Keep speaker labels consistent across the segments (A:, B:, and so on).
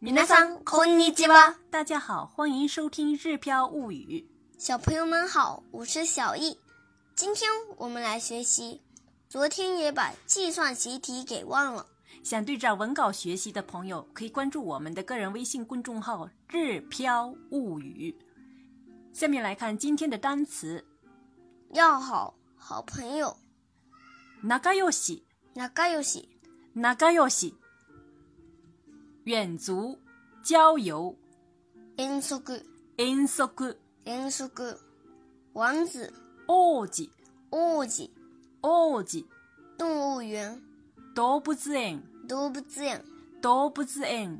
A: 皆さんこんにちは。
B: 大家好，欢迎收听《日飘物语》。
A: 小朋友们好，我是小易。今天我们来学习，昨天也把计算习题给忘了。
B: 想对照文稿学习的朋友，可以关注我们的个人微信公众号“日飘物语”。下面来看今天的单词：
A: 要好，好朋友，
B: 仲良し、
A: 仲良し，
B: 仲良し；远足、郊游、
A: 遠足、
B: 遠足、
A: 遠足。王子、
B: 王子、
A: 王子、
B: 王子；
A: 动物园、
B: 動物園、
A: 動物園。
B: 動物園；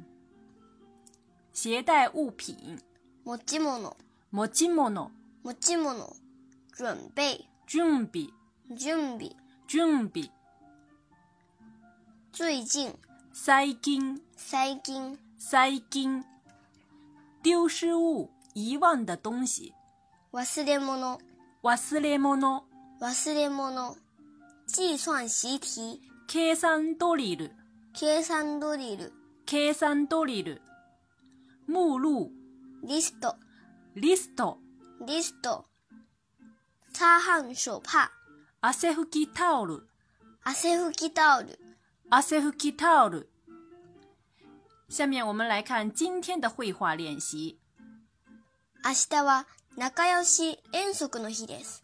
B: 携带物品、
A: 持ち物、
B: 持ち物、
A: 持ち物。准备、
B: 準備、
A: 準備。
B: 準備；
A: 最近、
B: 最近。
A: 最近。
B: 最近丢失物、遗忘的东西、
A: 忘れ物、
B: 忘れ物、
A: 忘れ物。计算习题、
B: 計算ドリル、
A: 計算ドリル、
B: 計算ドリル、目录、
A: リスト、
B: リスト、
A: リスト。擦汗手帕、
B: 汗拭きタオル、
A: 汗拭きタオル。
B: 汗拭きタオル。下面我们来看今天的绘画练习。
A: 明日は仲良し遠足の日です。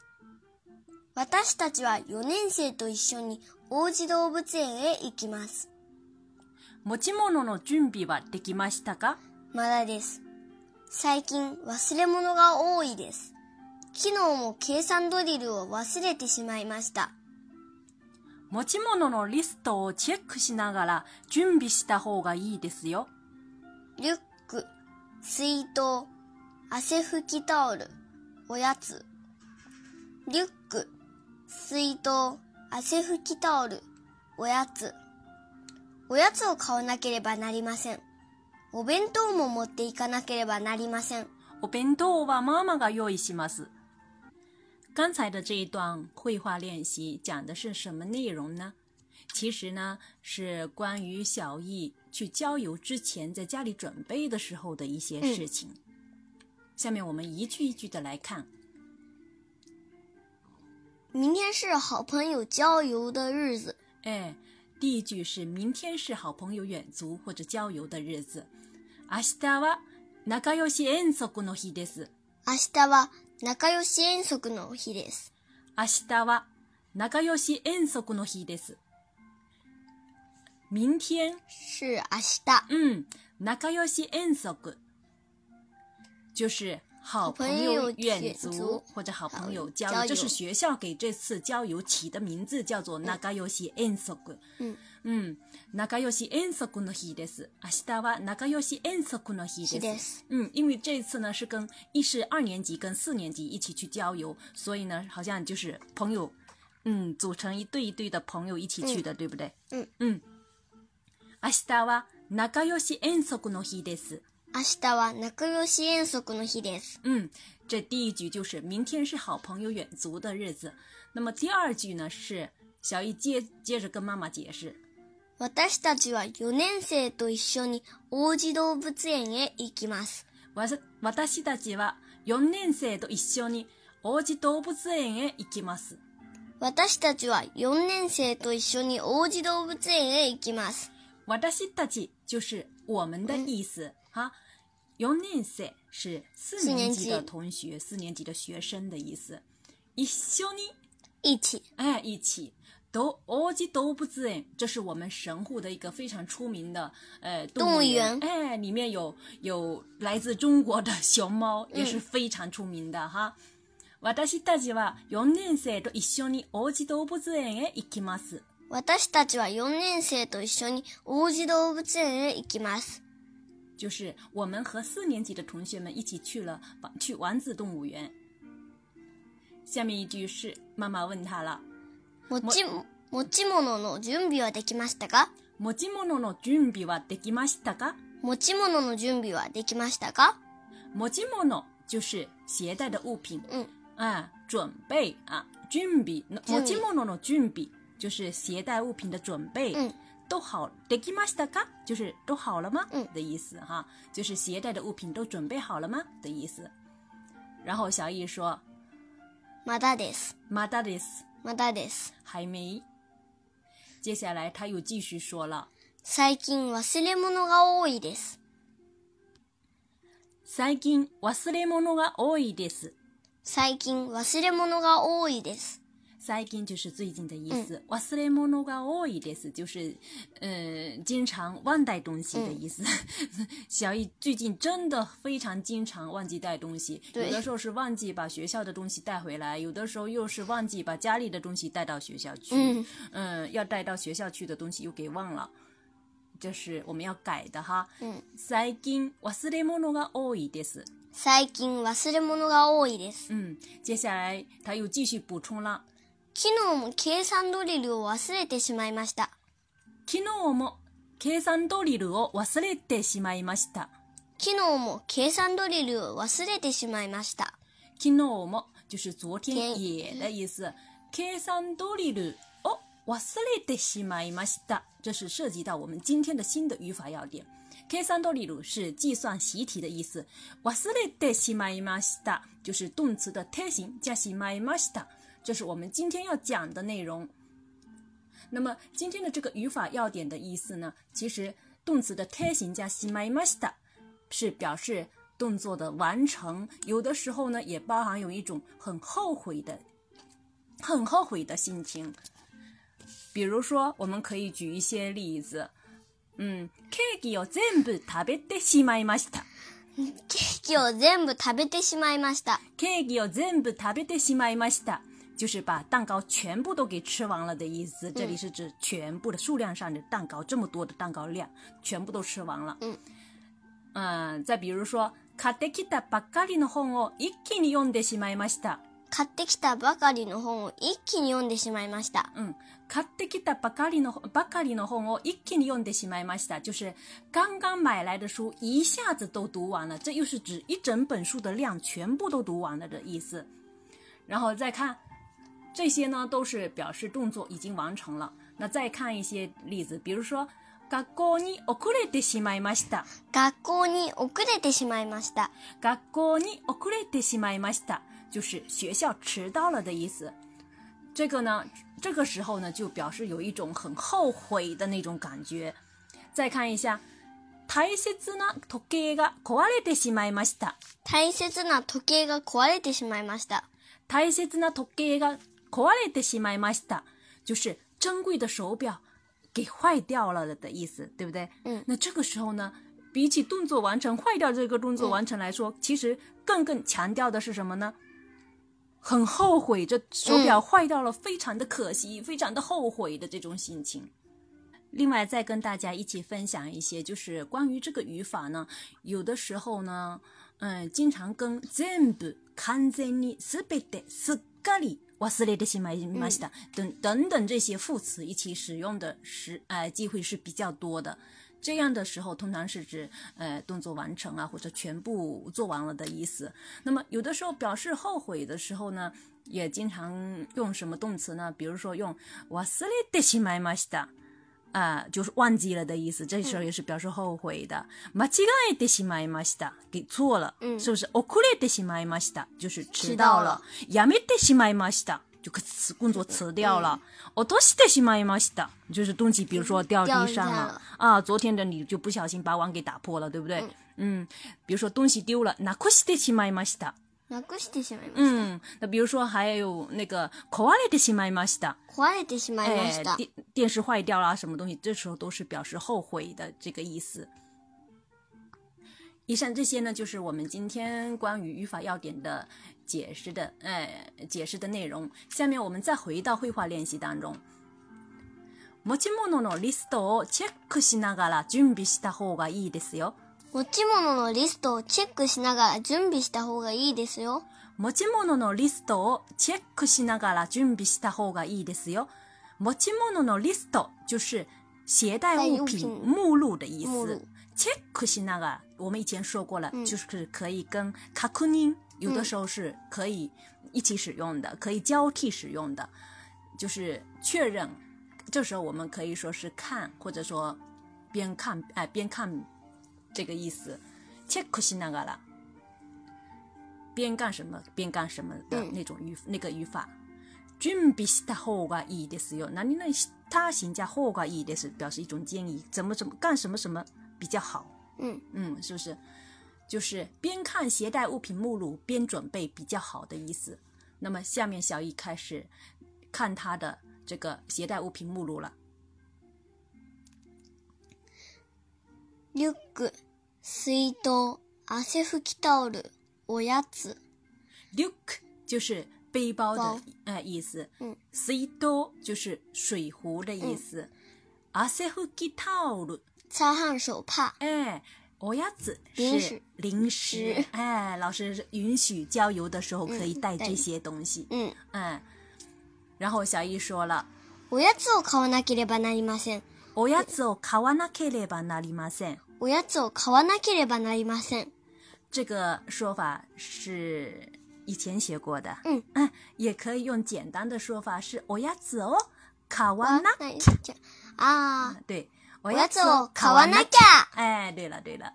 A: 私たちは4年生と一緒に王子動物園へ行きます。
B: 持ち物の準備はできましたか
A: まだです。最近忘れ物が多いです。昨日も計算ドリルを忘れてしまいました。
B: 持ち物のリストをチェックしながら準備した方がいいですよ。
A: リュック、水筒、汗拭きタオル、おやつ。リュック、水筒、汗拭きタオル、おやつ。おやつを買わなければなりません。お弁当も持っていかなければなりません。
B: お弁当はママが用意します。刚才的这一段绘画练习讲的是什么内容呢？其实呢，是关于小易去郊游之前在家里准备的时候的一些事情。下面我们一句一句的来看。
A: 明天是好朋友郊游的日子。
B: 哎，第一句是明天是好朋友远足或者郊游的日子。明日は仲良し遠足の日です。
A: 明日は仲良し遠足の日です。
B: 明日は仲良し遠足の日です。明天、
A: 是明日。
B: 嗯，仲良し遠足就是好朋友
A: 好朋友
B: 远
A: 远
B: 足
A: 足
B: 或者好朋友
A: 好
B: 郊
A: 郊
B: 游，
A: 游
B: 这是学校给这次郊游起的名字，叫做仲良し遠足。
A: 嗯，
B: 嗯，仲良し遠足の日です。明日は仲良し遠足の日
A: 日
B: です。
A: です。
B: 嗯，因为这次呢是跟一是二年级跟四年级一起去郊游，所以呢好像就是朋友，嗯，组成一对一对的朋友一起去的，对不对？
A: 嗯
B: 嗯。明日は仲良し遠足の日です。
A: 明日は仲良し遠足の日です。
B: 嗯，这第一句就是明天是好朋友远足的日子。那么第二句呢是小易接接着跟妈妈解释，
A: 私たちは4年生と一緒に王子動物園へ行きます。
B: わた私たちは4年生と一緒に王子動物園へ行きます。
A: 私たちは4年生と一緒に王子動物園へ行きます。
B: 私たち就是我们的意思、哈。四年生是四年级的同学，四年级的学生的意思。一緒に
A: 1、
B: 哎一起。都王子动物园，这是我们神户的一个非常出名的呃动
A: 动物园
B: 哎，里面有有来自中国的熊猫，也是非常出名的、哈。私たちは四年生と一哦緒に王子動物園へ行きます。
A: 私たちは4年生と一緒に王子動物園へ行きます。
B: 就是我们和四年级的同学们一起去了玩去丸子动物园。下面一句是妈妈问他了：
A: 持ち、持ち物の準備はできましたか
B: 持ち物の準備はできましたか？
A: 持ち物の準備はできましたか
B: 持ち物就是携带的物品
A: うん。
B: 啊，准备啊，準備。持ち物の準備就是携带物品的准备。
A: うん。
B: 都好できましたか？就是都好了吗？
A: 嗯
B: 的意思哈，就是携带的物品都准备好了吗的意思。然后小易说
A: まだです。
B: まだです。
A: まだです。
B: 还没。接下来他又继续说了
A: 最近忘れ物が多いです。：“
B: 最近忘れ物が多いです。
A: 最近忘れ物が多いです。
B: 最近就是最近的意
A: 嗯
B: 思。忘れ物が多いです就是，呃，经常忘带东西的意思。
A: 嗯
B: 小易最近真的非常经常忘记带东西，有
A: 对
B: 的时候是忘记把学校的东西带回来，有的时候又是忘记把家里的东西带到学校去。
A: 嗯
B: 嗯，要带到学校去的东西又给忘了，这是我们要改的哈。
A: 嗯，
B: 最近忘れ物が多いです。
A: 最近忘れ物が多いです。
B: 嗯，接下来他又继续补充了。
A: 昨日も計算ドリルを忘れてしまいました。
B: 昨日も計算ドリルを忘れてしまいました。
A: 昨日も計算ドリルを忘れてしまいました。
B: 昨日も就是昨天
A: 天
B: 也的意思。計算ドリルを忘れてしまいました。这是涉及到我们今天的新的语法要点。計算ドリル是计算习题的意思。忘れてしまいました就是动词的 e 贴形加しまいました。这是我们今天要讲的内容。那么今天的这个语法要点的意思呢，其实动词的贴形加しまいました是表示动作的完成，有的时候呢也包含有一种很后悔的、很后悔的心情。比如说，我们可以举一些例子，嗯，ケーキを全部食べてしまいました。
A: ケーキを全部食べてしまいました。
B: ケーキを全部食べてしまいました。就是把蛋糕全部都给吃完了的意思。这里是指全部的数量上的蛋糕，这么多的蛋糕量，全部都吃完了。
A: 嗯
B: 嗯，再比如说，買ってきたばっかりの本を一気に読んでしまいました。
A: 買ってきたばかりの本を一気に読んでしまいました。
B: 嗯，買ってきたばかりのばかりの本を一気に読んでしまいました，就是刚刚买来的书一下子都读完了，这又是指一整本书的量全部都读完了的意思。然后再看这些呢，都是表示动作已经完成了。那再看一些例子，比如说学校に遅れてしまいました。
A: 学校に遅れてしまいました。
B: 学校に遅れてしまいました，就是学校迟到了的意思。这个呢，这个时候呢，就表示有一种很后悔的那种感觉。再看一下，大切な時計が壊れてしまいました。
A: 大切な時計が壊れてしまいました。
B: 大切な時計が壊れてしまいました，就是珍贵的手表给坏掉了的意思，对不对？
A: 嗯
B: 那这个时候呢，比起动作完成坏掉这个动作完成来说，其实更更强调的是什么呢？很后悔，这手表坏掉了，非常的可惜，非常的后悔的这种心情。另外，再跟大家一起分享一些，就是关于这个语法呢，有的时候呢，嗯，经常跟全部、完全に、すべて、すっかり、忘れてしまいました、等等等这些副词一起使用的时，呃，机会是比较多的。这样的时候，通常是指呃动作完成啊，或者全部做完了的意思。那么有的时候表示后悔的时候呢，也经常用什么动词呢？比如说用忘れてしまいました。啊、就是忘记了的意思，这时候
A: 嗯
B: 也是表示后悔的。間違えてしまいました，给错了，
A: 嗯
B: 是不是？遅れてしまいました，就是迟
A: 迟
B: 到
A: 到
B: 了
A: 了。
B: やめてしまいました，就辞工作辞掉了。落としてしまいました，就是东西，比如说掉地
A: 掉
B: 上
A: 下
B: 了
A: 了
B: 啊，昨天的你就不小心把碗给打破了，对不对？嗯，比如说东西丢了，なくしてしまいました。
A: なくしてしまいました。
B: 嗯，那比如说还有那个壊れてしまいました。
A: 壊れてしまいました。
B: 哎电电视坏掉啦，什么东西，这时候都是表示后悔的这个意思。以上这些呢，就是我们今天关于语法要点的解释的，呃，解释的内容。下面我们再回到绘画练习当中。持ち物のリストをチェックしながら準備した方がいいですよ。
A: 持ち物のリストをチェックしながら準備した方がいいですよ。
B: 持ち物のリストをチェックしながら準備した方がいいですよ。持ち物のリスト就是携带
A: 携
B: 物
A: 带
B: 品
A: 物品
B: 目录的意
A: 目
B: 思
A: 录。
B: チェックしながら，我们以前说过了，
A: 嗯
B: 就是可以跟卡库宁有的时候是可
A: 嗯
B: 以一起使用的，可以交替使用的，就是确认。这时候我们可以说是看，或者说边看哎、边看这个意思。切克西那个了，边干什么边干什么的
A: 嗯
B: 那种语、那个语法。准备した方がいいですよ。何々した行加方がいいです，表示一种建议，怎么怎么干什么什么比较好。
A: 嗯
B: 嗯，是不是？就是边看携带物品目录边准备比较好的意思。那么下面小易开始看他的这个携带物品目录了。
A: リュック、水筒、汗拭きタオル、おやつ。
B: Look 就是背包
A: 包
B: 的呃意思，
A: 嗯
B: 水兜就是水壶的意思。
A: 嗯
B: 阿塞夫吉套路，
A: 擦汗手帕。
B: 哎，我呀子
A: 零
B: 是
A: 食
B: 零食
A: 食，
B: 哎，老师允许郊游的时候可以
A: 嗯
B: 带
A: 带
B: 这些东西，
A: うん。
B: 嗯。然后小易说了。
A: おやつを買わなければなりません。
B: おやつを買わなければなりません。
A: おやつを買わなければなりません。
B: 这个说法是以前学过的。
A: 嗯
B: 嗯，也可以用简单的说法是おやつを買わ
A: わ
B: な。
A: ないじゃああ、
B: 对，
A: お
B: お
A: やつを買わなきゃ
B: ゃ。哎，对了对了，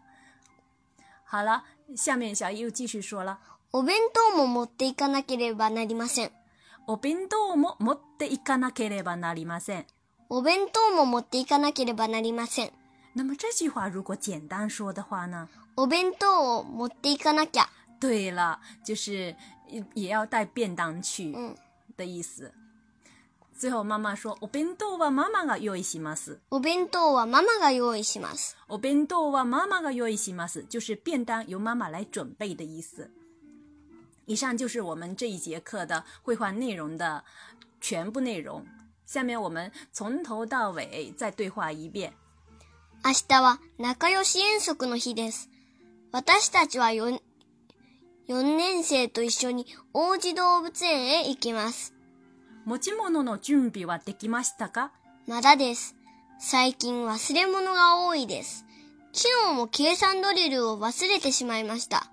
B: 好了，下面小易又继续说了。
A: お弁当も持っていかなければなりません。
B: お弁当も持っていかなければなりません。
A: お弁当も持っていかなければなりません。
B: 那么这句话如果简单说的话呢？
A: お弁当を持っていかなきゃ。
B: 对了，就是也也要带便当去。
A: うん。
B: 的意思。最后，妈妈说：“お弁当はママが用意します。
A: お弁当はママが用意します。
B: お弁当はママが用意します，就是便当由妈妈来准备的意思。以上就是我们这一节课的绘画内容的全部内容。下面我们从头到尾再对话一遍。
A: 明日は仲良し遠足の日です。私たちは 4, 4年生と一緒に王子動物園へ行きます。
B: 持ち物の準備はできましたか
A: まだです。最近忘れ物が多いです。昨日も計算ドリルを忘れてしまいました。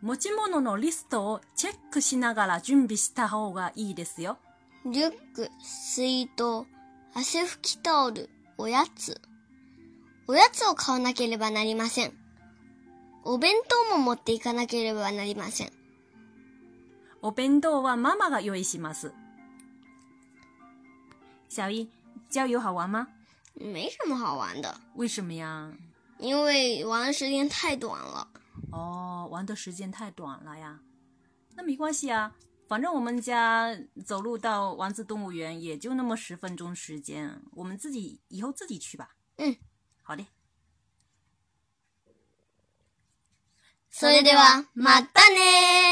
B: 持ち物のリストをチェックしながら準備した方がいいですよ。
A: リュック、水筒、汗拭きタオル、おやつ。おやつを買わなければなりません。お弁当も持っていかなければなりません。
B: お弁当はママが用意します。小一，郊游好玩吗？
A: 没什么好玩的。
B: 为什么呀？
A: 因为玩的时间太短了。
B: 哦，玩的时间太短了呀。那没关系啊，反正我们家走路到王子动物园也就那么十分钟时间，我们自己以后自己去吧。
A: 嗯，
B: 好嘞。
A: それでは、またねー